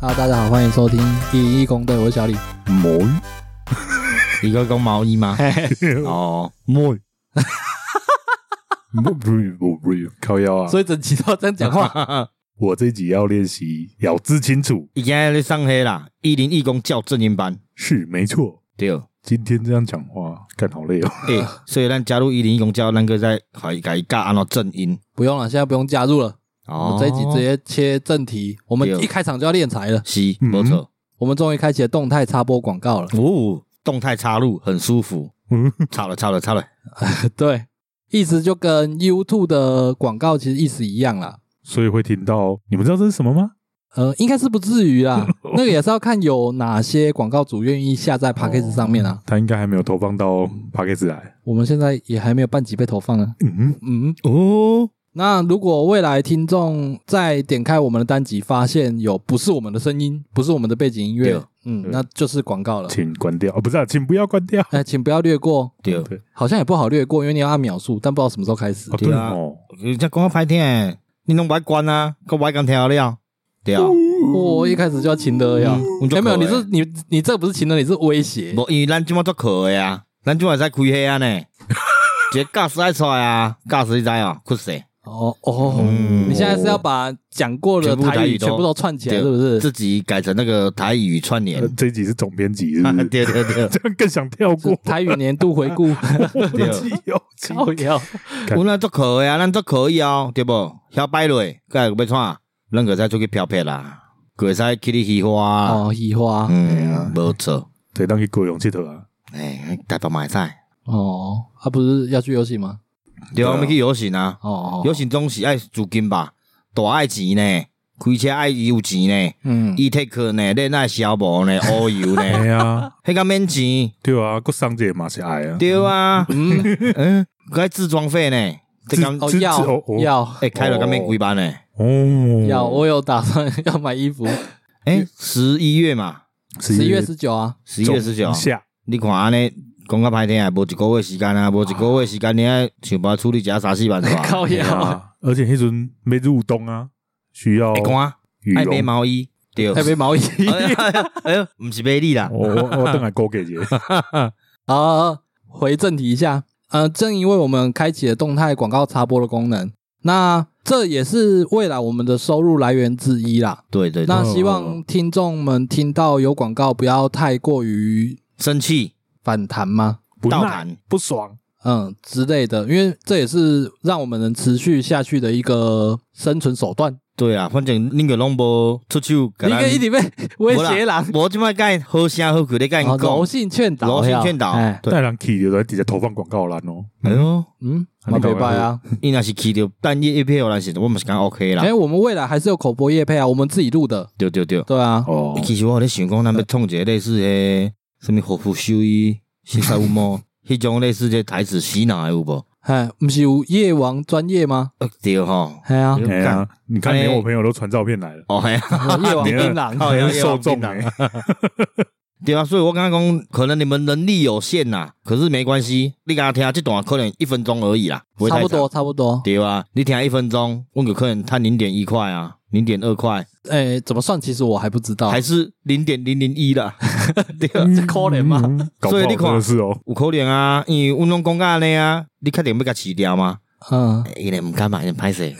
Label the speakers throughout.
Speaker 1: 大家好，欢迎收听第一公队，我是小李。
Speaker 2: 毛衣
Speaker 3: 你哥公毛衣吗？ 哦，
Speaker 2: 毛衣，不不不不，靠腰啊！
Speaker 1: 所以整集都要这样讲话，
Speaker 2: 我这一集要练习咬字清楚，
Speaker 3: 以前在上黑啦，一零一公教正音班
Speaker 2: 是没错。
Speaker 3: 对。
Speaker 1: 啊
Speaker 3: 哎、
Speaker 2: 今天这样讲话，干好累哦。
Speaker 3: 所以咱加入一零一公教，咱个在还改教按照正音。
Speaker 1: 不用了，现在不用加入了。我
Speaker 3: 哦
Speaker 1: 们这一集直接切正题，我们
Speaker 3: 对
Speaker 1: 一开场就要练财了。
Speaker 3: 是
Speaker 2: 嗯
Speaker 3: 没错。
Speaker 1: 我们终于开启了动态插播广告 了。
Speaker 3: 哦，动态插入很舒服。
Speaker 2: 嗯，
Speaker 3: 插了插了插了，
Speaker 1: 对，意思就跟 YouTube 的广告其实意思一样啦。
Speaker 2: 所以会听到，你们知道这是什么吗？
Speaker 1: 呃，应该是不至于啦，那个也是要看有哪些广告主愿意下在 p a c k a g e 上面啊。
Speaker 2: 他应该还没有投放到 p a c k a g e 来。
Speaker 1: 我们现在也还没有半集被投放啊。
Speaker 2: 嗯，
Speaker 1: 嗯，
Speaker 3: 哦，
Speaker 1: 那如果未来听众再点开我们的单集，发现有不是我们的声音，不是我们的背景音乐
Speaker 3: 对，
Speaker 1: 嗯，
Speaker 2: 对
Speaker 1: 那就是广告了。
Speaker 2: 请关掉啊，不是、啊，请不要关掉。
Speaker 1: 哎，请不要略过，
Speaker 3: 对，
Speaker 2: 对，
Speaker 1: 好像也不好略过，因为你要按秒数，但不知道什么时候开始
Speaker 2: 哦。对
Speaker 3: 对啊
Speaker 2: 哦，
Speaker 3: 你这讲歹听的，你拢不爱管啊，个不爱讲调了，对啊。
Speaker 1: 我一开始就要秦德呀
Speaker 3: 嗯我，们就
Speaker 1: 哎哦没有，
Speaker 3: 可
Speaker 1: 你
Speaker 3: 欸
Speaker 1: 是你你这不是秦德，你是威胁。
Speaker 3: 无因为咱即马做课的啊，咱即马会使开黑啊呢。一个教师爱出来啊，教师你知哦，酷死。
Speaker 1: 哦哦，
Speaker 3: 嗯
Speaker 1: 你现在是要把讲过的
Speaker 3: 全部台
Speaker 1: 台语
Speaker 3: 语都
Speaker 1: 全部都串起来，
Speaker 3: 对
Speaker 1: 是不是？
Speaker 3: 自己改成那个台语串联
Speaker 2: 呃。这一集是总编辑，是不是？
Speaker 3: 对对对，
Speaker 2: 这样更想跳
Speaker 1: 是
Speaker 2: 过。
Speaker 1: 台语年度回 顾，
Speaker 3: 对
Speaker 2: 气哦，气
Speaker 1: 靠腰
Speaker 3: 阮咱做可以啊，咱做可以哦，对不？晓摆落，个要创，咱个使出去漂泊啦，个使去你喜欢啊，
Speaker 1: 哦，移花
Speaker 2: 哎呀
Speaker 3: 嗯，无错，
Speaker 2: 对，当去高雄佚佗 啊。
Speaker 3: 哎，台北嘛会使，
Speaker 1: 哦，他不是要去游戏吗？
Speaker 3: 对
Speaker 2: 啊
Speaker 3: 啊，我们去游行啊，
Speaker 1: 哦，
Speaker 3: 游，行总是爱资金吧，大爱钱呢，开车爱油钱呢，
Speaker 1: 嗯，
Speaker 3: e t 克呢，恋爱消磨呢，乌油
Speaker 2: 哎
Speaker 3: 呢，
Speaker 2: 呀，
Speaker 3: 迄个免钱，
Speaker 2: 对啊，国上届嘛是爱啊。
Speaker 3: 对啊，
Speaker 1: 嗯，
Speaker 3: 嗯，该自装费呢，这刚
Speaker 1: 哦
Speaker 2: 自
Speaker 1: 要
Speaker 2: 哦哦
Speaker 1: 要
Speaker 3: 哎开了个免几万呢，
Speaker 2: 哦，
Speaker 3: 嗯
Speaker 1: 要，我有打算 要买衣服，
Speaker 3: 哎，十一月嘛，
Speaker 1: 十一月十九啊，
Speaker 3: 十一月十九
Speaker 2: 中。下
Speaker 3: 你看安尼讲较歹听的，无一个月时间啊，无一个月时间，你爱想办法处理一下三四万是吧？
Speaker 1: 靠 腰，
Speaker 2: 啊，而且迄阵要入冬啊，需要
Speaker 1: 哎
Speaker 3: 会
Speaker 1: 啊
Speaker 3: 看啊
Speaker 2: 羽
Speaker 1: 哦
Speaker 3: 爱买
Speaker 2: 绒。
Speaker 3: 毛衣，对。哦
Speaker 1: 台北毛衣
Speaker 3: 哎呦 哎呦，毋是买你啦，
Speaker 2: 我我我等下勾 给姐，
Speaker 1: 啊。回正题一下，呃，正因为我们开启了动态广告插播的功能，那这也是未来我们的收入来源之一啦。
Speaker 3: 对对对，
Speaker 1: 那希望听众们听到有广告，不要太过于
Speaker 3: 生气
Speaker 1: 反弹吗？
Speaker 2: 不
Speaker 3: 倒
Speaker 2: 耐
Speaker 3: 谈，
Speaker 2: 不爽，
Speaker 1: 嗯之类的，因为这也是让我们能持续下去的一个生存手段。
Speaker 3: 对啊，反正恁个拢无出手，
Speaker 1: 你跟一直被威胁人，
Speaker 3: 无即摆甲因好声好气咧甲因
Speaker 1: 哦
Speaker 3: 讲，
Speaker 1: 柔性劝导，
Speaker 3: 柔性劝导
Speaker 1: 哎，
Speaker 3: 对
Speaker 2: 带人去就在底下投放广告栏哦。
Speaker 3: 哎呦，
Speaker 1: 嗯，
Speaker 2: 啊
Speaker 1: 蛮
Speaker 2: 你搞
Speaker 1: 北拜啊。
Speaker 3: 伊若是去着半夜一票，咱是我嘛是讲 OK 啦
Speaker 1: 哎，，我们未来还是有口播业配啊，我们自己录的，
Speaker 3: 对对对。
Speaker 1: 对啊。
Speaker 2: 哦
Speaker 3: 其实我有咧想讲，咱要创一个类似诶，什物护肤修衣、洗衫有 毛，迄种类似这台词洗脑的有无？
Speaker 1: 哎，不是有夜王专业吗？
Speaker 3: 呃，对吼，
Speaker 1: 哎呀，
Speaker 2: 哎呀，你看
Speaker 3: 哎
Speaker 2: 连我朋友都传照片来了，
Speaker 3: 哦嘿，
Speaker 1: 夜王
Speaker 2: 你
Speaker 1: 槟
Speaker 2: 看
Speaker 1: 榔，
Speaker 3: 哦
Speaker 2: 很
Speaker 3: 要
Speaker 2: 受众
Speaker 3: 要
Speaker 2: 哎
Speaker 3: 槟，对啊，所以我刚刚讲，可能你们能力有限呐，可是没关系，你给他听这段可能一分钟而已啦，会太
Speaker 1: 差不
Speaker 3: 长
Speaker 1: 多，。差不多。
Speaker 3: 对啊，你听一分钟，我有可能探零点一块啊，零点二块，
Speaker 1: 哎，怎么算？其实我还不知道
Speaker 3: 还。是零点零零 一啦。对啊，
Speaker 1: 这可怜吗？
Speaker 2: 嗯搞不
Speaker 3: 所以
Speaker 2: 好
Speaker 3: 你看
Speaker 2: 真的是哦，
Speaker 3: 有可能啊，因为阮拢讲安尼啊，你确定要甲饲掉吗？
Speaker 1: 嗯，
Speaker 3: 哎伊咧毋敢嘛，因歹 势。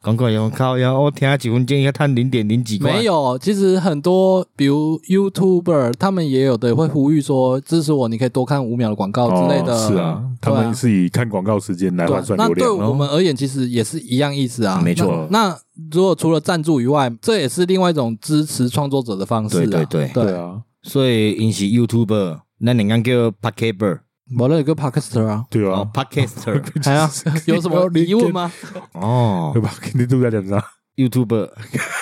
Speaker 3: 广告用靠腰，我听一分钟要赚零点零几块。
Speaker 1: 没，有。其实很多，比如 YouTuber，他们也有的会呼吁说，支持我，你可以多看五秒的广告之类的。
Speaker 2: 哦是啊，他
Speaker 1: 对啊
Speaker 2: 们是以看广告时间来
Speaker 1: 对，
Speaker 2: 换
Speaker 1: 啊
Speaker 2: 算
Speaker 1: 那
Speaker 2: 流
Speaker 1: 对
Speaker 2: 量
Speaker 1: 我
Speaker 2: 哦。
Speaker 1: 们而言，其实也是一样意思啊。
Speaker 3: 没错
Speaker 1: 那。那如果除了赞助以外，这也是另外一种支持创作者的方式啊。
Speaker 3: 对对对
Speaker 1: 对
Speaker 2: 对，啊，
Speaker 3: 所以因是 YouTuber，咱两个叫 Podcaster，
Speaker 1: 我那有个 podcaster 啊，
Speaker 2: 对啊
Speaker 3: 哦，Podcaster，
Speaker 1: 还有有什么疑问吗？
Speaker 3: 哦
Speaker 2: 对吧？你都在脸上，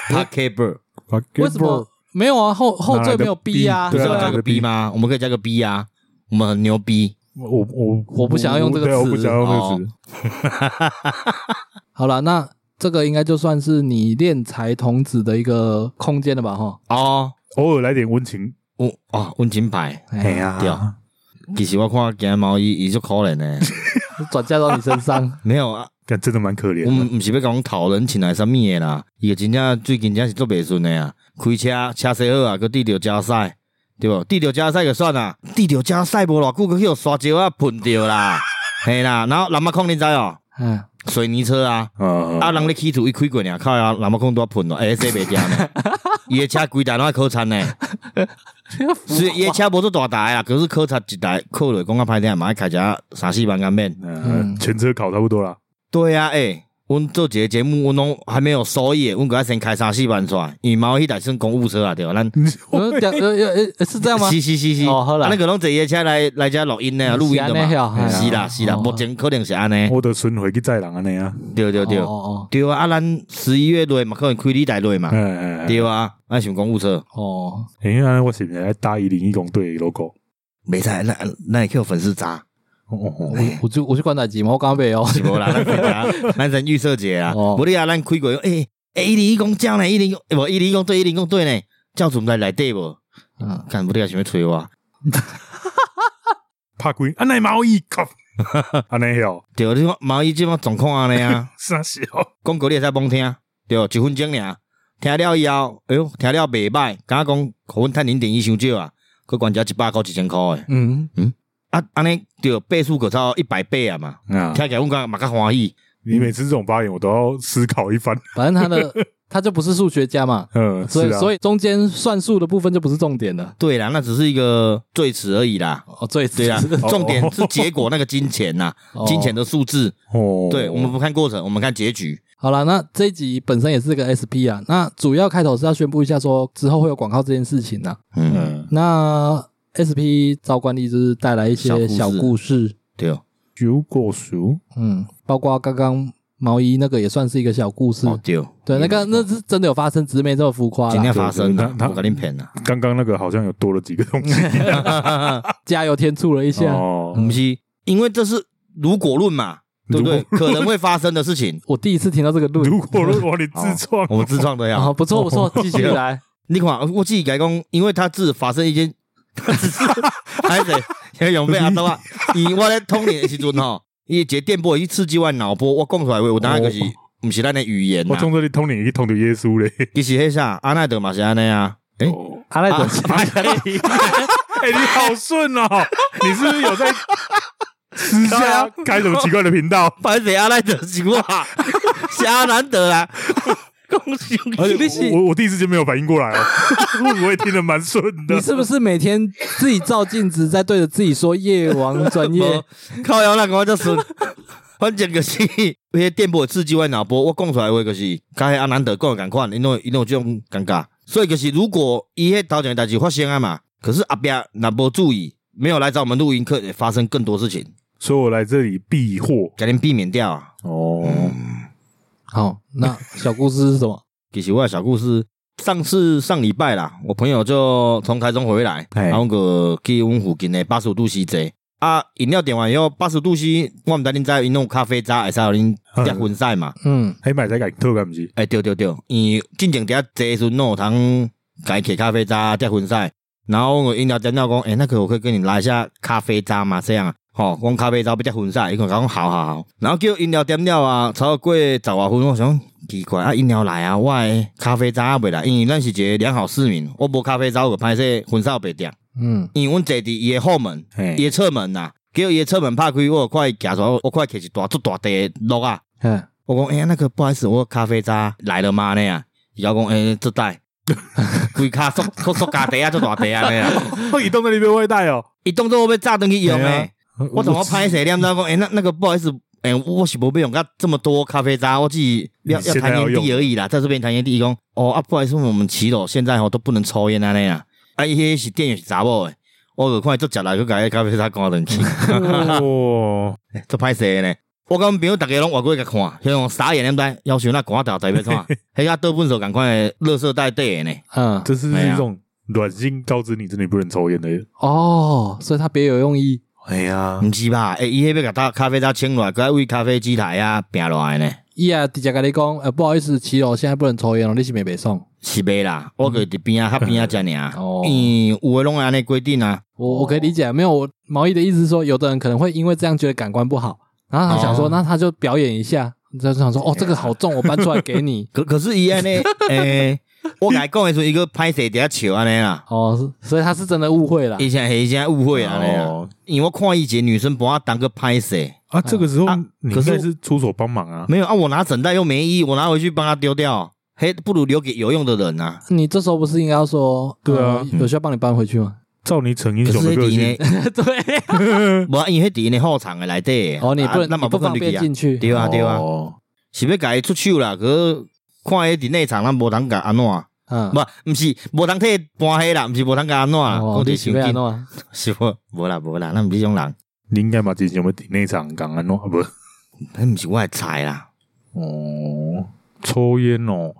Speaker 3: ，YouTuber，Podcaster，
Speaker 1: 为什么没有啊？后后缀没有 B 啊？
Speaker 3: 不
Speaker 2: 对
Speaker 3: 是
Speaker 2: 啊
Speaker 3: 要加
Speaker 2: 哪
Speaker 3: 个
Speaker 2: 个
Speaker 3: B
Speaker 2: B
Speaker 3: 吗？我们可以加个 B 啊，我们很牛逼。
Speaker 2: 我我
Speaker 1: 我不想要用这个
Speaker 2: 对啊我不
Speaker 1: 词
Speaker 2: 想要用这
Speaker 3: 哦
Speaker 2: 个词。
Speaker 1: 好了，那这个应该就算是你练财童子的一个空间了吧？哈，
Speaker 3: 哦，
Speaker 2: 偶尔来点温情，
Speaker 3: 温哦温金牌，
Speaker 1: 哎呀，
Speaker 3: 对
Speaker 2: 呀，
Speaker 3: 啊其实我看今毛衣伊就可怜 呢，，
Speaker 1: 转嫁到你身上
Speaker 3: 没有啊，
Speaker 2: 但真的蛮可怜
Speaker 3: 我
Speaker 2: 的。
Speaker 3: 们毋是要讲讨人情还是啥物的啦，伊个真正最近真正是做袂顺的啊，开车车驶好啊，佮滴着加塞，对无？滴着加塞就算啦，滴着加塞无偌久，佮去有沙石啊喷着啦，嘿啦，然后南马控你知哦，
Speaker 1: 嗯，
Speaker 3: 水泥车啊。
Speaker 2: 嗯
Speaker 3: 啊，人咧起厝伊开过尔，靠啊，南马控都喷咯，哎，说袂掉呢。伊诶车规台拢爱靠餐呢，是伊诶车无做大台啊，可是靠餐一台靠落讲较歹听，嘛爱开车三四万干免。
Speaker 2: 嗯，前车考差不多啦，
Speaker 3: 对啊，诶、阮做一个节目，阮拢还没有收益，阮个先开三四万出来，因为嘛有迄台算公务车啊，对吧？咱
Speaker 1: 呃讲呃呃呃是这样吗？
Speaker 3: 是是是是，
Speaker 1: 哦好啦
Speaker 3: 啊咱个拢坐伊诶车来来遮录音呢，
Speaker 1: 嗯
Speaker 3: 录音的
Speaker 1: 是安尼哦
Speaker 3: 嘛，
Speaker 1: 嘿
Speaker 3: 是啦是啦，
Speaker 1: 哦
Speaker 3: 目前可能是安尼，
Speaker 2: 我的孙回去载人安尼啊，
Speaker 3: 对对对
Speaker 1: 哦，哦
Speaker 3: 对啊，啊咱十一月内嘛可能开你台内嘛，
Speaker 1: 嗯
Speaker 2: 哎，
Speaker 3: 对啊，咱想公务车，
Speaker 1: 哦哦，
Speaker 2: 哎，安尼我是不是要搭一零一公队的 logo？
Speaker 3: 没使，咱咱会去有粉丝渣，
Speaker 2: 哦哦
Speaker 1: 我我就我去观察机嘛，我刚哦没有。
Speaker 3: 是无啦，咱先 啊咱先预设一下啊，
Speaker 1: 哦
Speaker 3: 无你啊，咱开过，欸诶诶一零一公教呢，一零一公诶无一零一公对一零一公对呢，教主毋知内底无，
Speaker 1: 嗯，
Speaker 3: 看无你啊想要催我。
Speaker 2: 拍鬼，啊安尼毛衣 靠，安尼哦，，
Speaker 3: 对，你看毛衣即马状况安尼啊
Speaker 2: 啥小，
Speaker 3: 广告你会使罔听，对，一分钟尔，听了以后，哎哟，听了袂歹，敢讲，互阮趁零点一伤少啊，佮关只一百箍一千箍诶，
Speaker 1: 嗯，
Speaker 3: 啊，安尼对倍数可超一百倍啊嘛，
Speaker 2: 啊，
Speaker 3: 听起来阮感觉嘛较欢喜，
Speaker 2: 你每次这种发言我都要思考一番，
Speaker 1: 反正他的他就不是数学家嘛，
Speaker 2: 嗯，
Speaker 1: 所以所
Speaker 2: 以
Speaker 1: 以中间算术的部分就不是重点了。
Speaker 3: 对啦，那只是一个最词而已啦。
Speaker 1: 哦，最，
Speaker 3: 对啊重点是结果那个金钱呐、
Speaker 1: 哦
Speaker 3: 金钱的数字。
Speaker 2: 哦，
Speaker 3: 对，我们不看过程，我们看结局。
Speaker 1: 好了，那这一集本身也是个 SP 啊，那主要开头是要宣布一下说之后会有广告这件事情呢、
Speaker 3: 嗯，
Speaker 2: 嗯，
Speaker 1: 那 SP 照惯例就是带来一些小
Speaker 3: 小
Speaker 1: 故
Speaker 3: 故
Speaker 1: 事，
Speaker 3: 对哦，
Speaker 2: 九果熟，
Speaker 1: 嗯，包括刚刚毛衣那个也算是一个小故事，
Speaker 3: 哦对哦，
Speaker 1: 对，那个那是真的有发生，只是没这么浮夸
Speaker 3: 今
Speaker 1: 啦。
Speaker 3: 天发生
Speaker 2: 对
Speaker 3: 了
Speaker 2: 对对他，他
Speaker 3: 我肯定骗了。
Speaker 2: 刚刚那个好像有多了几个东西，
Speaker 1: 加油添醋了一下，，
Speaker 2: 哦，
Speaker 3: 不 是，啊因为这是如果论嘛，对不对？ 可能会发生的事 情
Speaker 1: 我第一次听到这个论，
Speaker 2: 如果如果你自创，
Speaker 3: 哦我们自创的呀。
Speaker 1: 啊，不错不错，继续来，
Speaker 3: 你看，我自己改讲，因为他自发生一件， 还是也有被阿斗 啊。伊我咧通灵的时阵吼， 伊一个电波去刺激我的脑波，我讲出来的话，有当然就是
Speaker 2: 哦
Speaker 3: 毋是咱的语言
Speaker 2: 我
Speaker 3: 呐。
Speaker 2: 从这里通你一通的耶稣嘞，
Speaker 3: 其实迄啥，阿奈德嘛是安尼啊。诶，
Speaker 2: 哦
Speaker 1: 阿赖
Speaker 3: 啊
Speaker 1: 德，
Speaker 2: 哎，你好顺哦，你是不是有在私下开什么奇怪的频道？
Speaker 3: 歹势阿奈德是我， 是阿南德啊。 恭喜
Speaker 1: 而 且你是
Speaker 2: 哎我我第一时间没有反应过来哦，我也听得蛮顺的
Speaker 1: 你。是不是每天自己照镜子，在对着自己说“夜王专 业
Speaker 3: 无靠腰那个我就顺， 反正就是那些电波刺激我的脑波，我讲出来的话就是，甲迄阿南德讲的共款，因为因为有这种尴尬，所以就是如果伊迄头前的代志发生啊嘛，可是阿边若无注意，没有来找我们录音课，也发生更多事情，
Speaker 2: 所以我来这里避祸
Speaker 3: 甲恁避免掉啊。
Speaker 2: 哦，”。
Speaker 1: 好，那小故事是什么？
Speaker 3: 其实我的小故事，上次上礼拜啦，我朋友就从台中回来，
Speaker 2: 嘿
Speaker 3: 然后个去阮附近的八十五度 C 坐。啊，饮料点完以后，八十度 C，我毋知恁知因弄咖啡渣，会使互恁结婚赛嘛？
Speaker 1: 嗯，
Speaker 2: 还买才敢偷干不是？
Speaker 3: 哎、对对对，伊进前伫遐坐的时阵，有通家摕咖啡渣结婚赛，然后我饮料点料讲，哎、那个我可以跟你拿一下咖啡渣嘛？这样啊，吼、讲咖啡渣要结婚赛，伊讲讲好好好，然后叫饮料点料啊，超过十外分，我想奇怪啊，饮料来啊，我的咖啡渣未来，因为咱是一个良好市民，我无咖啡渣我就歹势婚赛袂掉，
Speaker 1: 嗯，
Speaker 3: 因为阮坐伫伊的后门。
Speaker 2: 哎
Speaker 3: 伊的侧门呐、啊，叫伊的侧门拍开，我快行出来，我我快摕一大足大地的落啊！
Speaker 1: 嗯，
Speaker 3: 我讲，哎、欸，那个不好意思，我咖啡渣来了吗？那样，伊甲我讲，哎、欸，这袋， 规卡缩缩缩咖地啊，这大地啊，那样，
Speaker 2: 哦，移动那里被外带 哦，
Speaker 3: 伊当做我要炸登去用诶、
Speaker 2: 哎呀
Speaker 3: 我怎么拍谁？你知道讲，哎、欸，那那个不好意思，哎、欸，我是无要用到这么多咖啡渣，我自己要
Speaker 2: 你现
Speaker 3: 要
Speaker 2: 在
Speaker 3: 谈烟
Speaker 2: 要
Speaker 3: 蒂
Speaker 2: 用
Speaker 3: 而已啦，在这边谈烟蒂，伊讲，哦啊，不好意思，我们骑楼现在吼都不能抽烟啊那样，啊，伊迄是店员是查某诶，我就看伊做食来，佮甲迄咖啡渣赶登去。
Speaker 2: 哦，
Speaker 3: 啊
Speaker 1: 嗯，
Speaker 2: 这是一种软性告知你真的不能抽烟的。
Speaker 1: 哦，所以他别有用意。
Speaker 2: 哎呀，
Speaker 3: 毋是吧？诶、伊迄要甲搭咖啡渣清落来，佮为咖啡机台啊拼落来呢，
Speaker 1: 伊啊，直接跟你讲，呃，不好意思，骑楼现在不能抽烟了，你是没被送。
Speaker 3: 是袂啦。我就伫边啊，较边啊遮尔。
Speaker 1: 哦
Speaker 3: 嗯，有诶拢会安尼规定啊。
Speaker 1: 我我可以理解，没有我毛衣的意思是说，有的人可能会因为这样觉得感官不好，然后他想说，
Speaker 3: 哦。
Speaker 1: 那他就 表演一下，他就想说，哦，这个好重，我搬出来给你
Speaker 3: 可可是伊安尼，诶、我甲伊讲的时候，伊个拍势伫遐笑安 尼啦，
Speaker 1: 哦，所以他是真的误会了。
Speaker 3: 以前以前误会安尼啦
Speaker 2: 哦，
Speaker 3: 因为我看一节女生把他当个拍势，
Speaker 2: 啊，这个时候
Speaker 3: 啊
Speaker 2: 你
Speaker 3: 可
Speaker 2: 应
Speaker 3: 是
Speaker 2: 该是出手帮忙啊。
Speaker 3: 没有啊，我拿整袋又没意义，我拿回去帮他丢掉，嘿，不如留给有用的人啊。
Speaker 1: 你这时候不是应该要说，
Speaker 2: 对啊
Speaker 1: 呃有需要帮你搬回去吗？
Speaker 2: 照你逞英
Speaker 3: 可
Speaker 2: 雄
Speaker 3: 是
Speaker 2: 的
Speaker 3: 迄
Speaker 2: 个
Speaker 3: 底
Speaker 2: 性，
Speaker 3: 呢，
Speaker 1: 对，
Speaker 3: 无啊因为迄底呢 后场的来底，
Speaker 1: 哦，你不
Speaker 3: 啊
Speaker 1: 能，
Speaker 3: 那
Speaker 1: 你
Speaker 3: 么
Speaker 1: 不
Speaker 3: 能
Speaker 1: 方
Speaker 3: 入去
Speaker 1: 便
Speaker 3: 啊，
Speaker 1: 进去。
Speaker 3: 对啊对啊，
Speaker 2: 哦
Speaker 3: 是要甲伊出手啦，可是看迄伫内场咱无通甲安怎，啊
Speaker 1: 嗯，
Speaker 3: 无毋是无通替伊搬迄啦，毋是无通甲安怎啦，
Speaker 1: 哦，
Speaker 3: 讲
Speaker 1: 你
Speaker 3: 得
Speaker 1: 是要
Speaker 3: 伤
Speaker 1: 安怎
Speaker 3: 紧，
Speaker 1: 样？
Speaker 3: 是无无啦无啦，咱毋是种人，
Speaker 2: 你应该嘛之前要体内场讲安怎啊不？
Speaker 3: 迄毋是我的菜啦。
Speaker 2: 哦，抽烟哦，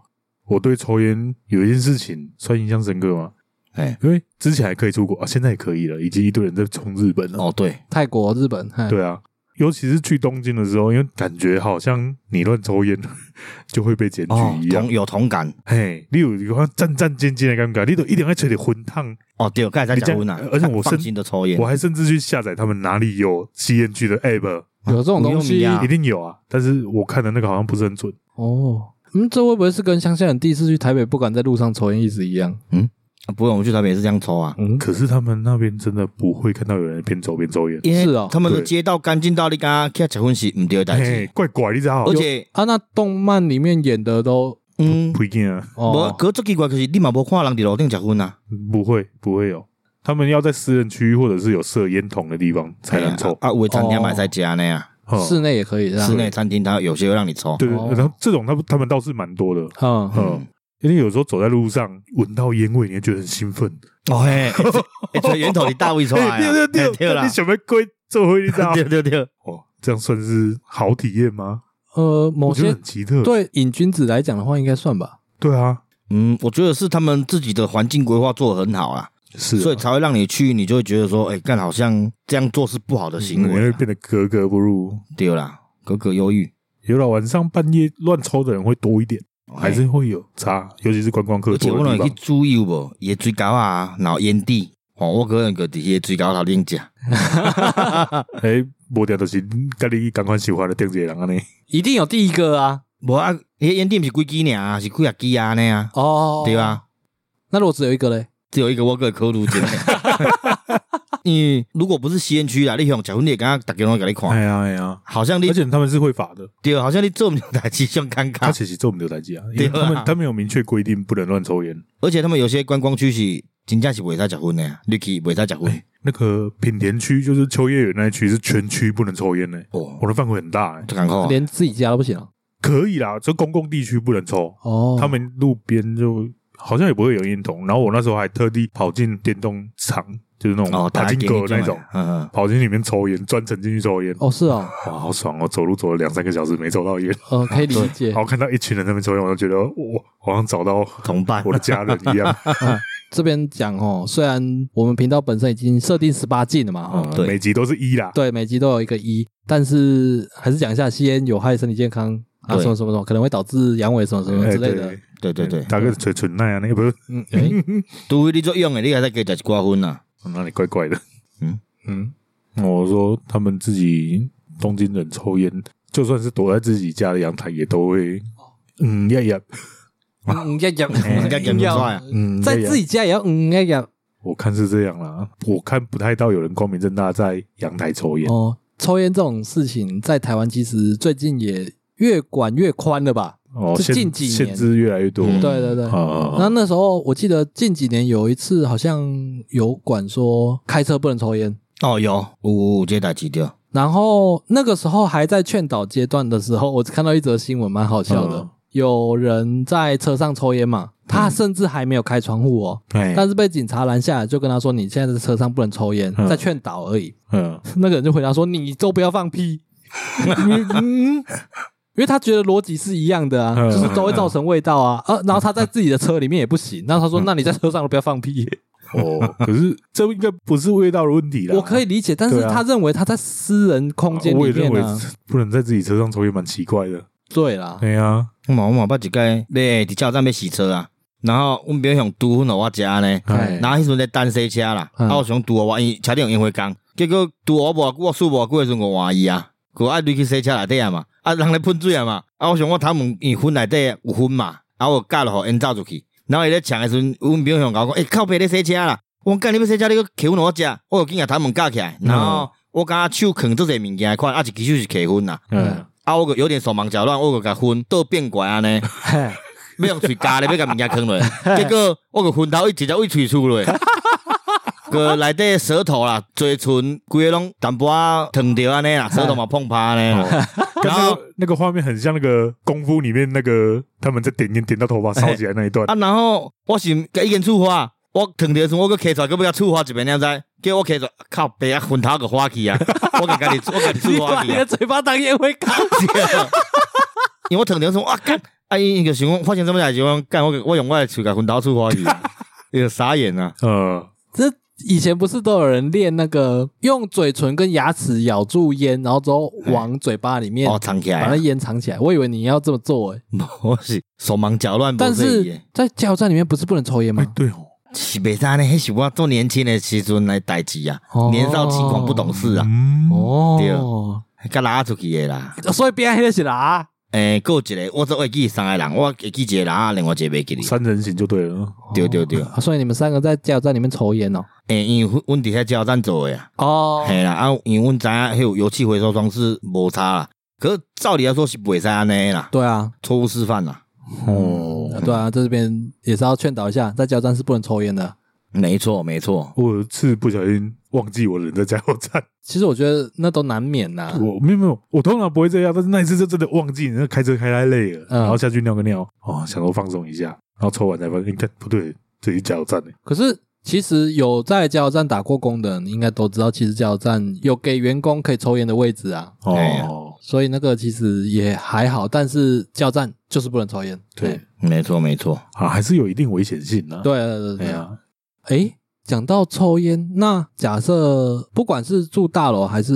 Speaker 2: 我对抽烟有一件事情算印象深刻吗？
Speaker 3: 哎，
Speaker 2: 因为之前还可以出国啊，现在也可以了，以及一堆人在冲日本了。
Speaker 3: 哦对，
Speaker 1: 泰国、日本，嘿，
Speaker 2: 对啊，尤其是去东京的时候，因为感觉好像你乱抽烟 就会被检举
Speaker 3: 哦
Speaker 2: 一样
Speaker 3: 同。有同感，
Speaker 2: 嘿，你有一个战战兢兢的尴尬，你都一定要吹点混烫。
Speaker 3: 哦对，刚才在讲温啊
Speaker 2: 你这样，而且我
Speaker 3: 放
Speaker 2: 甚
Speaker 3: 心的抽烟
Speaker 2: 我，还甚至去下载他们哪里有吸烟区的 app，
Speaker 1: 有这种东
Speaker 3: 无
Speaker 1: 西
Speaker 3: 用啊
Speaker 2: 一定有啊。但是我看的那个好像不是很准。
Speaker 1: 哦。嗯，这会不会是跟乡下人第一次去台北不敢在路上抽烟意思一样？
Speaker 3: 啊不过我们去台北也是这样抽啊，
Speaker 1: 嗯，
Speaker 2: 可是他们那边真的不会看到有人边走边抽烟，
Speaker 3: 因为
Speaker 1: 是哦
Speaker 3: 他们的
Speaker 2: 对
Speaker 3: 街道干净到你刚刚结婚是唔对的代
Speaker 2: 嘿
Speaker 3: 志，，
Speaker 2: 怪怪，你知道？
Speaker 3: 而且
Speaker 1: 啊，那动漫里面演的都
Speaker 3: 嗯，
Speaker 2: 不一定啊，
Speaker 3: 无
Speaker 1: 哦，
Speaker 3: 可最奇怪就是你嘛无看人伫路顶结婚啊，
Speaker 2: 不会不会有，他们要在私人区域或者是有设烟筒的地方才能抽。
Speaker 3: 啊，有的
Speaker 2: 哦
Speaker 3: 餐厅买在家呢啊，
Speaker 2: 哼
Speaker 1: 室内也可以这样
Speaker 3: 室。内餐厅它有些会让你抽，
Speaker 2: 对对，
Speaker 1: 哦
Speaker 2: 对然后这种他们他们倒是蛮多的，
Speaker 1: 嗯，
Speaker 2: 嗯，因为有时候走在路上闻到烟味，你会觉得很兴奋。
Speaker 3: 哦 嘿，哎，这源头你大胃出来啊，
Speaker 2: 嘿 对对
Speaker 3: 嘿 对
Speaker 2: 对，
Speaker 3: 啦
Speaker 2: 你，想要归做回你知道
Speaker 3: ？对对对，
Speaker 2: 哦，这样算是好体验吗？
Speaker 1: 呃，某
Speaker 2: 我觉得嗯
Speaker 1: 些
Speaker 2: 很奇特。
Speaker 1: 对瘾君子来讲的话，应该算吧。
Speaker 2: 对啊，
Speaker 3: 嗯，我觉得是他们自己的环境规划做得很好啊，
Speaker 2: 是啊，
Speaker 3: 所以才会让你去，你就会觉得说，哎，干好像这样做是不好的行
Speaker 2: 你
Speaker 3: 为
Speaker 2: 嗯会
Speaker 3: 啊，
Speaker 2: 变得格格不入。
Speaker 3: 对啦，格格忧郁，
Speaker 2: 有了晚上半夜乱抽的人会多一点，还是会有差，尤其是观光客
Speaker 3: 哎而且
Speaker 2: 多
Speaker 3: 我
Speaker 2: 的地
Speaker 3: 若去
Speaker 2: 方。
Speaker 3: 注意有无，伊的水饺啊，然后烟蒂，吼，我个人个伫迄个水饺头顶食，
Speaker 2: 哎，无掉就是跟你赶快喜欢的定一个人安尼。
Speaker 1: 一定有第一个啊！
Speaker 3: 无啊，迄烟蒂毋是几支尔啊，是几啊支啊安尼啊，
Speaker 1: 哦，
Speaker 3: 对啊。
Speaker 1: 那如果只有一个嘞？
Speaker 3: 只有一个我个 科鲁姐。你如果不是吸烟区啦，你用结婚你刚刚大家拢给你看，
Speaker 2: 哎呀哎呀，
Speaker 3: 好像你
Speaker 2: 而且他们是会罚的，
Speaker 3: 对，好像你做不了代志，像尴
Speaker 2: 他
Speaker 3: 尬。
Speaker 2: 其实做我们的代志啊，因为
Speaker 3: 对
Speaker 2: 他
Speaker 3: 啊
Speaker 2: 们他们有明确规定不能乱抽烟。
Speaker 3: 而且他们有些观光区是真正是袂使结婚
Speaker 2: 哎
Speaker 3: 的啊，你去袂使结婚。
Speaker 2: 那个品田区就是秋叶原那一区是全区不能抽烟的，
Speaker 3: 哦，
Speaker 2: 我的范围很大欸，
Speaker 3: 这艰苦啊。
Speaker 1: 连自己家都不行啊
Speaker 2: 可以啦，这公共地区不能抽，
Speaker 1: 哦，
Speaker 2: 他们路边就好像也不会有烟筒。然后我那时候还特地跑进电动厂，就是那
Speaker 3: 哦
Speaker 2: 种，打进狗那种，
Speaker 3: 嗯嗯，
Speaker 2: 跑进里面抽烟，专程进去抽烟。
Speaker 1: 哦是哦，
Speaker 2: 哇，好爽哦！走路走了两三个小时没抽到烟，
Speaker 1: 呃，可以理解
Speaker 2: 然。后看到一群人在那边抽烟，我就觉得我好像找到
Speaker 3: 同伴
Speaker 2: 我的家人 一样。
Speaker 1: 嗯这边讲哦，虽然我们频道本身已经设定十八禁了嘛，哦，
Speaker 2: 嗯
Speaker 3: 对
Speaker 2: 每集都是一啦，
Speaker 1: 对，每集都有一个一，但是还是讲一下吸烟有害身体健康啊，
Speaker 3: 对
Speaker 1: 什么什么什么，可能会导致阳痿什么什么
Speaker 2: 哎
Speaker 1: 之类的。，
Speaker 3: 对对对，
Speaker 2: 大概嘴唇那样，那个不是，
Speaker 1: 嗯，诶，
Speaker 3: 除非你做用的，你还使加食一寡薰啊。
Speaker 2: 那里 怪怪的。
Speaker 3: 嗯
Speaker 2: 嗯，我说他们自己东京人抽烟，就算是躲在自己家的阳台，也都会嗯呀呀，
Speaker 1: 嗯要讲，
Speaker 3: 应该讲不出来啊
Speaker 2: 嗯，
Speaker 1: 在
Speaker 2: 呀呀
Speaker 1: 自己家也要嗯要讲
Speaker 2: 我看是这样啦，我看不太到有人光明正大在阳台抽烟。
Speaker 1: 哦。抽烟这种事情在台湾其实最近也越管越宽了吧？
Speaker 2: 哦，
Speaker 1: 是
Speaker 2: 限
Speaker 1: 近几年
Speaker 2: 限制越来越多。
Speaker 3: 嗯
Speaker 1: 对对对。
Speaker 2: 啊
Speaker 1: 那那时候我记得近几年有一次好像有管说开车不能抽烟，
Speaker 3: 哦，有有有有这代志对。
Speaker 1: 然后那个时候还在劝导阶段的时候，我看到一则新闻，蛮好笑的。
Speaker 2: 嗯
Speaker 1: 有人在车上抽烟嘛，他甚至还没有开窗户哦，
Speaker 2: 哎，
Speaker 1: 但是被警察拦下来，就跟他说：“你现在在车上不能抽烟，
Speaker 2: 嗯
Speaker 1: 在劝导而已。
Speaker 2: 嗯，”
Speaker 1: 那个人就回答说：“你都不要放屁。 嗯”因为他觉得逻辑是一样的啊，
Speaker 2: 嗯
Speaker 1: 就是都会造成味道啊，呃，然后他在自己的车里面也不行，那他
Speaker 2: 嗯
Speaker 1: 说：“那你在车上都不要放 屁。
Speaker 2: 哦，可是这应该不是味道的问题啦。
Speaker 1: 我可以理解，但是
Speaker 2: 对啊
Speaker 1: 他认为他在私人空间
Speaker 2: 啊我也
Speaker 1: 里
Speaker 2: 认为
Speaker 1: 面啊，
Speaker 2: 不能在自己车上抽烟，蛮奇怪的。
Speaker 1: 对啦，
Speaker 2: 对啊呀，
Speaker 3: 我嘛我嘛捌一摆咧伫加油站要洗车啊，然后阮表兄拄阮互我食呢。
Speaker 1: 哎
Speaker 3: 然后迄阵在单洗车啦，
Speaker 1: 嗯
Speaker 3: 啊，我想拄我，因车顶用烟灰缸，结果拄我无久，我输无久的时阵，我换伊啊，佮爱入去洗车内底啊嘛，啊，人咧喷水啊嘛，啊，我想我头毛因为烟内底有烟嘛，啊，我夹落互烟走出去，然后伊咧抢的时阵，阮朋友向我讲，诶、靠北咧洗车啦，我讲干你要洗车，你去扣阮我食，我有紧甲他们架起来，然后我甲手扛做者物件的款，啊一支手是客分啦，
Speaker 2: 嗯，
Speaker 3: 啊我个有点手忙脚乱，我个甲分倒变怪安尼。
Speaker 1: 嘿
Speaker 3: 要用喙夹咧，要甲物件囥落去，结果我个拳头一直接位喙出落去，个内底舌头啦、嘴唇，规个拢淡薄仔烫着安尼啦，舌头嘛碰趴安尼啦，
Speaker 2: 跟
Speaker 3: 然
Speaker 2: 那
Speaker 3: 后
Speaker 2: 个那个画面很像那个功夫里面那个他们在点烟点到头发烧起来那一段，
Speaker 3: 啊，然后我是甲已经触发，我烫着的时阵，我搁揢出来，搁要甲触发一遍，你知？叫我揢出来，靠，白啊，拳头个花去啊，我甲家己，我甲
Speaker 1: 你
Speaker 3: 己触
Speaker 1: 把
Speaker 3: 发
Speaker 1: 你
Speaker 3: 去
Speaker 1: 的
Speaker 3: 啊，
Speaker 1: 嘴巴当烟灰缸，
Speaker 3: 因为我烫着的时阵，哇干，啊伊伊就想讲发生什么代志，我讲干，我我用我的喙甲拳头触发 去啊，伊就傻眼啊。
Speaker 2: 嗯，
Speaker 1: 这以前不是都有人练那个用嘴唇跟牙齿咬住烟，然后之后往嘴巴里面
Speaker 3: 哦，藏起来
Speaker 1: 把
Speaker 3: 啊
Speaker 1: 那！ 烟藏起来？我以为你要这么做诶、
Speaker 3: 我是手忙脚乱，
Speaker 1: 但
Speaker 3: 不伊
Speaker 1: 是
Speaker 3: 的
Speaker 1: 在加油站里面不是不能抽烟
Speaker 2: 哎
Speaker 1: 吗？
Speaker 2: 对哦，
Speaker 3: 是袂使呢，迄是我做年轻的时阵来代志啊
Speaker 1: 哦，
Speaker 3: 年少轻狂不懂事啊，
Speaker 2: 嗯，
Speaker 1: 哎哦，
Speaker 3: 甲拉出去的啦。
Speaker 1: 所以边黑是啦，
Speaker 3: 诶，还有一个我只会记三个人，我会记一个人，啊另外一个袂记哩。
Speaker 2: 三人行就对了，
Speaker 3: 对对对，
Speaker 1: 啊所以你们三个在加油站里面抽烟哦。
Speaker 3: 诶，因为阮伫遐加油站做诶啊，
Speaker 1: 哦，
Speaker 3: 嘿啦，啊，因为阮知影迄有油气回收装置无差啦，可是照理来说是袂使安尼啦，
Speaker 1: 对啊，
Speaker 3: 错误示范啦。
Speaker 2: 哦，
Speaker 1: 对啊，在这边也是要劝导一下，在加油站是不能抽烟的。
Speaker 3: 没错没错，
Speaker 2: 我有一次不小心忘记我人在加油站，
Speaker 1: 其实我觉得那都难免啊呐、
Speaker 2: 我没有没有，我通常不会这样，但是那一次就真的忘记，那开车开太累了，
Speaker 1: 嗯
Speaker 2: 然后下去尿个尿，哦，想说放松一下，然后抽完才发现，哎干不对，这是加油站呢，
Speaker 1: 可是其实有在加油站打过工的人，应该都知道，其实加油站有给员工可以抽烟的位置啊，
Speaker 3: 哎呀
Speaker 2: 哦，
Speaker 1: 所以那个其实也还好。但是加油站就是不能抽烟。
Speaker 2: 对
Speaker 1: 哎
Speaker 3: 没错没错。
Speaker 2: 啊，还是有一定危险性呢，，
Speaker 1: 对啊对对
Speaker 2: 哎
Speaker 1: 对对。
Speaker 2: 呀，
Speaker 1: 哎，讲到抽烟，那假设不管是住大楼还是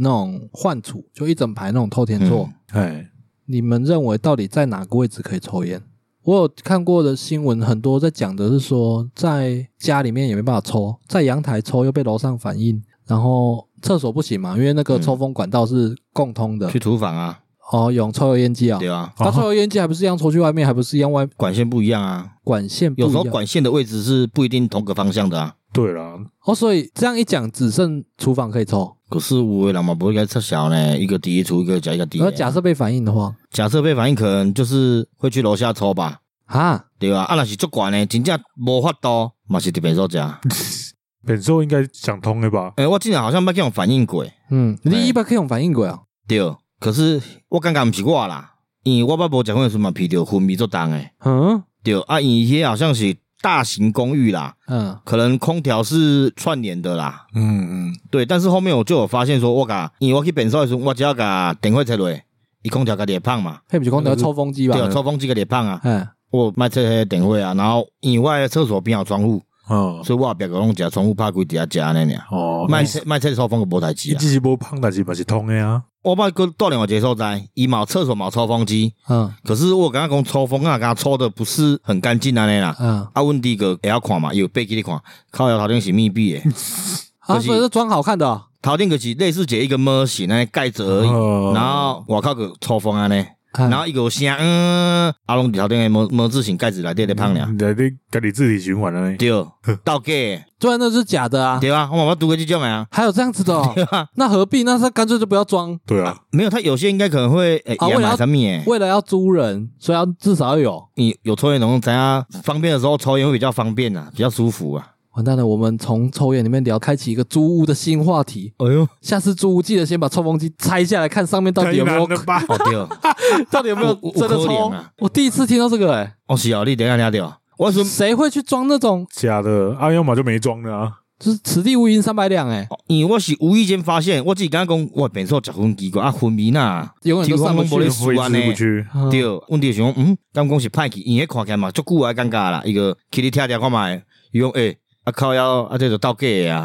Speaker 1: 那种换处，就一整排那种透天厝。
Speaker 3: 嗯
Speaker 2: 哎，
Speaker 1: 你们认为到底在哪个位置可以抽烟？我有看过的新闻，很多在讲的是说，在家里面也没办法抽，在阳台抽又被楼上反映，然后厕所不行嘛，因为那个抽风管道是共通的。
Speaker 3: 去厨房啊，
Speaker 1: 哦，有抽油烟机啊、
Speaker 3: 对啊，
Speaker 1: 那抽油烟机还不是一样抽去外面，还不是一样外
Speaker 3: 管线不一样啊，
Speaker 1: 管线不
Speaker 3: 有
Speaker 1: 一
Speaker 3: 时候
Speaker 1: 样？
Speaker 3: 管线的位置是不一定同个方向的啊。
Speaker 2: 对啦，
Speaker 1: 哦，所以这样一讲，只剩厨房可以抽。
Speaker 3: 可是有的人嘛，不会该撤销呢，一个第一出，一个加一个第
Speaker 1: 然后
Speaker 3: 一。
Speaker 1: 假设被反映的话，
Speaker 3: 假设被反应，可能就是会去楼下抽吧，
Speaker 1: 啊，
Speaker 3: 对吧？啊，若是足悬呢，真正无法度，嘛是伫便 所食。
Speaker 2: 本寿应该想通了吧？
Speaker 3: 诶、我竟然好像捌这种反应过，
Speaker 1: 嗯，你
Speaker 3: 哎
Speaker 1: 一般可以用反应鬼啊？
Speaker 3: 对。可是我感觉毋是我啦，因为我捌无食饭的时候嘛，闻着昏味足重诶，
Speaker 1: 嗯
Speaker 3: 对。啊，因为迄好像是大型公寓啦，
Speaker 1: 嗯，
Speaker 3: 可能空调是串联的啦，
Speaker 2: 嗯嗯，
Speaker 3: 对。但是后面我就有发现说，我甲因为我去便所的时候，我只要甲电话切落，伊空调家己会胖嘛，
Speaker 1: 黑不是空调抽风机吧？
Speaker 3: 对，抽风机家己会胖啊。
Speaker 1: 哎，
Speaker 3: 我卖这些电话啊，然后因为我的厕所边有窗户，
Speaker 2: 哦
Speaker 3: 所以我后壁个拢食窗户拍开伫遐食安尼尔。
Speaker 2: 哦，
Speaker 3: 卖厕卖厕所风个无代志
Speaker 2: 一
Speaker 3: 啊！
Speaker 2: 只是无胖，但是嘛是通的啊，
Speaker 3: 我捌个到另外一个所在，伊嘛有厕所嘛有抽风机，
Speaker 1: 嗯
Speaker 3: 可是我刚刚讲抽风啊，刚抽的不是很干净安尼啦。
Speaker 1: 嗯。
Speaker 3: 啊，阮弟个会晓看嘛，伊有背起你看，靠摇头顶是密闭的，
Speaker 1: 啊，
Speaker 3: 就是
Speaker 1: 所以是装好看的哦、
Speaker 3: 头顶个是类似一个模型安尼盖着而已。
Speaker 2: 哦
Speaker 3: 然后外口个抽风安尼，
Speaker 1: 哎
Speaker 3: 然后伊个有声，嗯，啊，拢伫头顶个模模字型盖子内底咧胖俩，
Speaker 2: 你嗯你家己自体循环啊，
Speaker 3: 对，倒假的，
Speaker 1: 对啊，那是假的啊，
Speaker 3: 对啊，我嘛捌拄过即种的啊。
Speaker 1: 还有这样子的、哦
Speaker 3: 对啊，
Speaker 1: 那何必？那他干脆就不要装。
Speaker 2: 对啊，
Speaker 3: 没有，他有些应该可能会诶，
Speaker 1: 啊
Speaker 3: 也
Speaker 1: 为了
Speaker 3: 买产品诶。
Speaker 1: 为了要租人，所以要至少要有。
Speaker 3: 你有抽烟能咱家啊方便的时候抽烟会比较方便啊，比较舒服啊。
Speaker 1: 完蛋了，我们从抽烟里面聊，开启一个租屋的新话题。
Speaker 3: 哎呦，
Speaker 1: 下次租屋记得先把抽风机拆下来，看上面到底有没有
Speaker 2: 太，难了吧？
Speaker 3: 哦对哦，
Speaker 1: 到底有没有
Speaker 3: 有有
Speaker 1: 真的
Speaker 3: 可
Speaker 1: 抽
Speaker 3: 能啊。
Speaker 1: 我第一次听到这个、欸，
Speaker 3: 哦是哦，你等一下听到，我
Speaker 1: 哎，
Speaker 3: 说
Speaker 1: 谁会去装那种
Speaker 2: 假的，啊，要么就没装的啊，
Speaker 1: 就是此地无银三百两？哎，
Speaker 3: 因为我是无意间发现，我自己刚刚讲，我变数十分奇怪啊，昏迷呐。
Speaker 1: 永远都上不
Speaker 3: 听说
Speaker 1: 去
Speaker 3: 没。
Speaker 2: 挥之不去，
Speaker 1: 嗯
Speaker 3: 对，阮弟想，嗯，刚讲是歹去，因迄看起来嘛，足久啊，尴尬啦，伊个去你听听看卖，伊讲诶，啊靠腰啊，这就倒假的啊，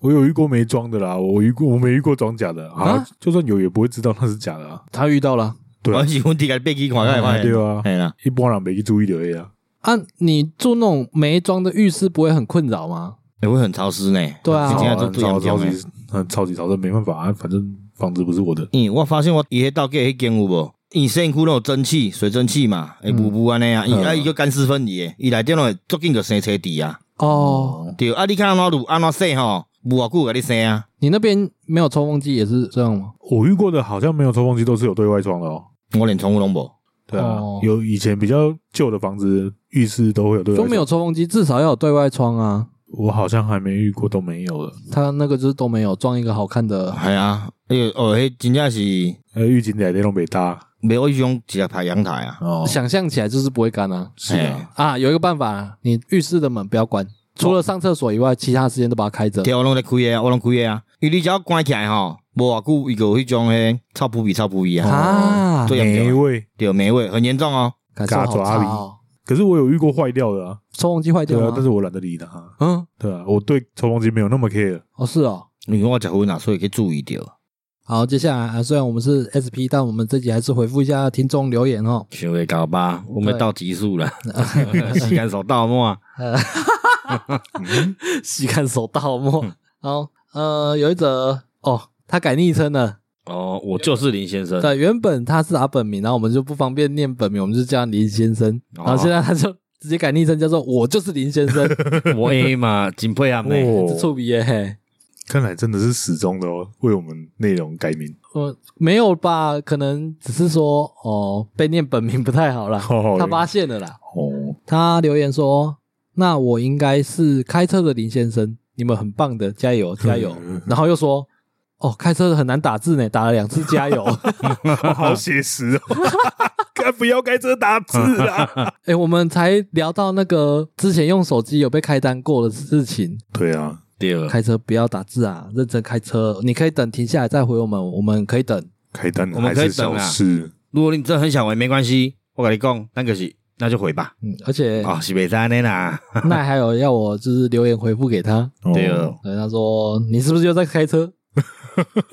Speaker 2: 我有遇过没装的啦，我遇过我没遇过装假的啊
Speaker 1: 啊，
Speaker 2: 就算有也不会知道那是假的啊，
Speaker 1: 他遇到了
Speaker 2: 对啊
Speaker 3: 我是阮弟家背起看看
Speaker 2: 啊
Speaker 3: 看，
Speaker 2: 对啊
Speaker 3: 嘿啦，
Speaker 2: 一般人没去注意到的啊，
Speaker 1: 啊！你住那种没装的浴室，不会很困扰吗？
Speaker 3: 也欸会很潮湿呢。
Speaker 1: 对啊今
Speaker 3: 你听
Speaker 1: 天
Speaker 3: 下
Speaker 2: 超
Speaker 3: 都对
Speaker 2: 超
Speaker 3: 人
Speaker 2: 超
Speaker 3: 讲的。
Speaker 2: 级很超级潮的，没办法啊，反正房子不是我的，
Speaker 3: 嗯，我发现我伊迄到底迄间有无？伊身躯拢有蒸汽、水蒸气嘛，会雾雾安尼啊，伊
Speaker 1: 嗯
Speaker 3: 啊伊叫干湿分离的，伊内底拢会足紧就生车底啊。
Speaker 1: 哦，
Speaker 3: 对，啊，你看安怎路安怎洗吼，无偌久甲你生啊。
Speaker 1: 你那边没有抽风机也是这样吗？
Speaker 2: 我遇过的好像没有抽风机都是有对外窗的哦。
Speaker 3: 我连宠物拢无，
Speaker 2: 对啊
Speaker 1: 哦，
Speaker 2: 有以前比较旧的房子浴室都会有对外
Speaker 1: 都
Speaker 2: 窗，
Speaker 1: 没有抽风机，至少要有对外窗啊。
Speaker 2: 我好像还没遇过都没有了。
Speaker 1: 它那个就是都没有装一个好看的，
Speaker 3: 系啊，迄哦，迄真正是
Speaker 2: 呃，浴巾内底拢没搭
Speaker 3: 没有迄种直接排阳台啊。
Speaker 2: 哦，
Speaker 1: 想象起来就是不会干啊。
Speaker 2: 是啊，
Speaker 1: 啊，有一个办法啊，你浴室的门不要关，除了上厕所以外，其他时间都把它开着。
Speaker 3: 对，我拢咧开的啊，我拢开的啊，因为你只要关起来吼，无偌久伊就有迄种迄臭扑鼻、臭扑鼻啊，
Speaker 1: 啊，
Speaker 3: 对
Speaker 2: 霉味。
Speaker 3: 对，霉味很严重哦。
Speaker 1: 感受好差哦。
Speaker 2: 可是我有遇过坏掉的啊，
Speaker 1: 抽风机坏掉
Speaker 2: 对啊
Speaker 1: 吗，？
Speaker 2: 但是我懒得理它。
Speaker 1: 嗯，
Speaker 2: 对啊，我对抽风机没有那么 care。
Speaker 1: 哦是哦。
Speaker 3: 因为我食薰啊，所以去注意着。
Speaker 1: 好，接下来啊，虽然我们是 SP，但我们这集还是回复一下听众留言哦。
Speaker 3: 想会搞吧，我们
Speaker 1: 对
Speaker 3: 到极速了，时间手到末。嗯
Speaker 1: 细看手到末。好，呃，有一则哦，他改昵称了。
Speaker 4: 哦，我就是林先 生。
Speaker 1: 对，原本他是打本名，然后我们就不方便念本名，我们就叫他林先生。
Speaker 3: 哦
Speaker 1: 然后现在他就直接改昵称，叫做我就是林先生，
Speaker 4: 我 A 嘛，金佩啊妹，
Speaker 2: 哦
Speaker 1: 哎这臭逼耶嘿。
Speaker 2: 看来真的是始终的哦，为我们内容改名。
Speaker 1: 呃，没有吧？可能只是说哦，被念本名不太好啦。
Speaker 2: 哦
Speaker 1: 他发现了啦。
Speaker 2: 哦，
Speaker 1: 他留言说：“那我应该是开车的林先生，你们很棒的，加油加油。”然后又说：“哦，开车的很难打字呢，打了两次加油。
Speaker 2: 好写实哦， 该不要该这打字啊。”
Speaker 1: 哎、我们才聊到那个之前用手机有被开单过的事情，
Speaker 2: 对啊，
Speaker 4: 对了，
Speaker 1: 开车不要打字啊，认真开车。你可以等停下来再回我们，我们可以等。
Speaker 2: 开单
Speaker 3: 我们
Speaker 2: 还
Speaker 3: 可以
Speaker 2: 是
Speaker 3: 等
Speaker 2: 小
Speaker 3: 啊
Speaker 2: 事。
Speaker 3: 如果你真的很想玩，没关系，我跟你讲，那个是那就回吧。
Speaker 1: 嗯，而且
Speaker 3: 哦，是袂安尼啦。
Speaker 1: 那还有要我就是留言回复给他。
Speaker 2: 哦
Speaker 3: 对了，
Speaker 1: 对，他说你是不是又在开车？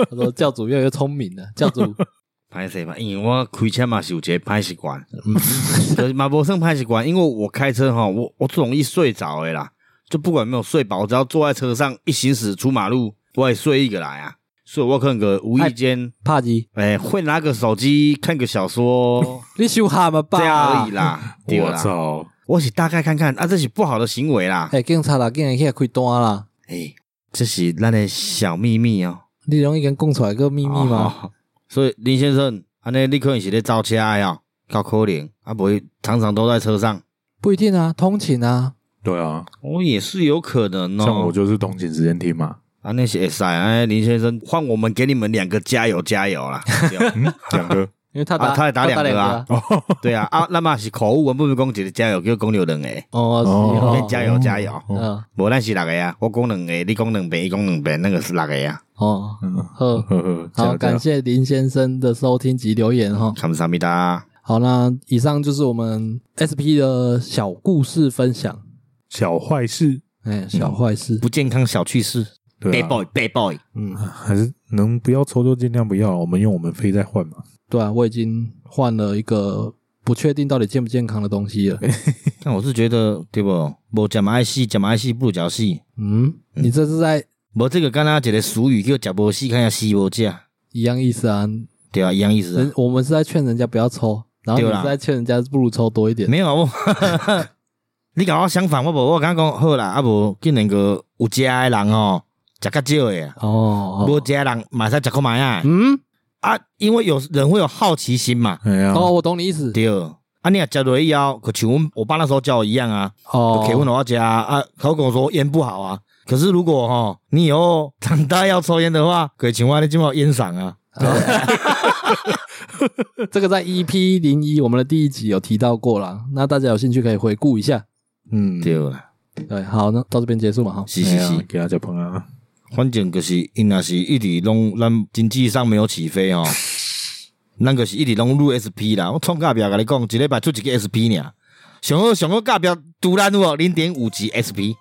Speaker 1: 他说教主越来越聪明了，教主，
Speaker 3: 歹势嘛，因为我开车嘛是有一个歹习惯， 就是嘛无算歹习惯，因为我开车吼，我我最容易睡着的啦，就不管有没有睡饱，我只要坐在车上一行驶出马路，我也睡意个来啊，所以我可能个无意间，
Speaker 1: 帕吉，
Speaker 3: 哎、会拿个手机看个 小说，
Speaker 1: 你修哈嘛吧？
Speaker 3: 这样而已。啦，对
Speaker 2: 我
Speaker 3: 啦，
Speaker 2: 操，
Speaker 3: 我是大概看看啊，这是不好的行为啦，
Speaker 1: 哎、警察啦，竟然去开单啦！
Speaker 3: 哎、这是咱的小秘密哦，
Speaker 1: 你容易跟供出来个秘密吗？
Speaker 3: 哦所以林先生，安尼你可能是咧造车的哦，够可怜啊，不会常常都在车上。
Speaker 1: 不一定啊，通勤啊。
Speaker 2: 对啊，
Speaker 3: 哦，也是有可能哦。
Speaker 2: 像我就是通勤时间听嘛，
Speaker 3: 啊，那些塞，哎，林先生，换我们给你们两个加油加油啦！对
Speaker 2: 嗯，两个
Speaker 1: 因为他打、
Speaker 3: 啊他也打两个啊
Speaker 1: 他打两个
Speaker 3: 对啊，啊，那嘛是口误，我们不是讲一个加油，叫讲六两个，
Speaker 1: 哦，是
Speaker 2: 哦
Speaker 1: 哦
Speaker 3: 哦，加油加油。
Speaker 1: 嗯、
Speaker 3: 无咱是六个啊，我讲两个，你讲两遍，伊讲两遍，那个是六个啊。
Speaker 1: 哦，
Speaker 2: 嗯，
Speaker 1: 呵，
Speaker 2: 呵呵，加
Speaker 1: 好，
Speaker 2: 油加
Speaker 1: 感
Speaker 2: 油
Speaker 1: 谢林先生的收听及留言哈。
Speaker 3: 看不上米达，
Speaker 1: 好，那以上就是我们 SP 的小故事分享，
Speaker 2: 小坏事，
Speaker 1: 哎、
Speaker 3: 嗯
Speaker 1: 小坏事，
Speaker 3: 不健康小趣事
Speaker 2: 对啊，
Speaker 3: boy，bad boy，
Speaker 1: 嗯，
Speaker 2: 还是能不要抽就尽量不要，我们用我们飞再换嘛。
Speaker 1: 对啊，我已经换了一个不确定到底健不健康的东西
Speaker 3: 哎
Speaker 1: 了。
Speaker 3: 但我是觉得对不，无食嘛爱死，食嘛爱死不如食死。
Speaker 1: 嗯，你这是在
Speaker 3: 无这个敢若一个俗语叫食无死，看下死无食，
Speaker 1: 一样意思啊？
Speaker 3: 对啊，一样意思
Speaker 2: 嗯
Speaker 3: 啊
Speaker 1: 人。我们是在劝人家不要抽，然后你
Speaker 3: 对啦
Speaker 1: 是在劝人家不如抽多一点。
Speaker 3: 没有啊，我 你甲我相反，我无我刚讲好啦，啊无竟然个有食诶人哦，食较少诶，啊，
Speaker 1: 哦，
Speaker 3: 无食诶人嘛使食看卖啊，
Speaker 1: 嗯，
Speaker 3: 啊，因为有人会有好奇心嘛，
Speaker 2: 哎呀，
Speaker 1: 哦，我懂你意思。
Speaker 3: 嗯对。啊，你若食落以后，可像阮我爸那时候教我一样啊，
Speaker 1: 哦
Speaker 3: 就给阮我食啊，啊，他跟我说烟不好啊。可是如果吼、你以后长大要抽烟的话，可像我你今有烟嗓啊，
Speaker 1: 这个在 EP 零一我们的第一集有提到过啦，那大家有兴趣可以回顾一下。
Speaker 2: 嗯，
Speaker 3: 对啦，
Speaker 1: 对，好，那到这边结束嘛哈。
Speaker 3: 是是
Speaker 2: 哎呀
Speaker 3: 是，
Speaker 2: 给他加朋啊，
Speaker 3: 反正就是因若是一直拢咱经济上没有起 飞吼、咱就是一直拢入 SP 啦。我创价表甲你讲，一礼拜出一个 SP 尔，上好上好价表拄咱有无零点五级 SP，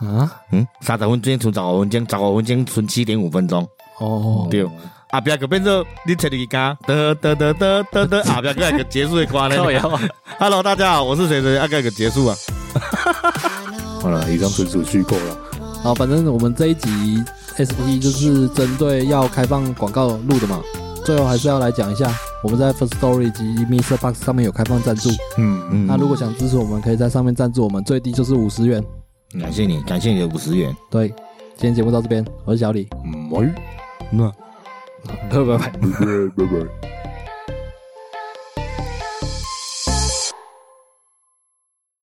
Speaker 1: 啊，
Speaker 3: 嗯，三十分钟剩十五分钟，十五分钟剩七点五分钟，
Speaker 1: 哦，
Speaker 3: 对。后壁个变做你找你家，得得得得 得得，后壁个个结束的歌
Speaker 1: 靠
Speaker 3: 呢。
Speaker 1: 腰啊
Speaker 3: Hello，大家好，我是谁谁，啊个个结束啊。
Speaker 2: 好了，以上纯属虚构了，
Speaker 1: 好，反正我们这一集 SP 就是针对要开放广告录的嘛。最后还是要来讲一下，我们在 First Story 及 Mr. Box 上面有开放赞助，
Speaker 2: 嗯，
Speaker 3: 嗯
Speaker 1: 那如果想支持我们，可以在上面赞助我们，最低就是五十元。
Speaker 3: 感谢你，感谢你的五十元。
Speaker 1: 对，今天节
Speaker 2: 嗯
Speaker 1: 目到这边，我是小李，
Speaker 2: 嗯，喂，
Speaker 3: 嗯，
Speaker 1: 拜拜。
Speaker 2: 拜拜拜拜。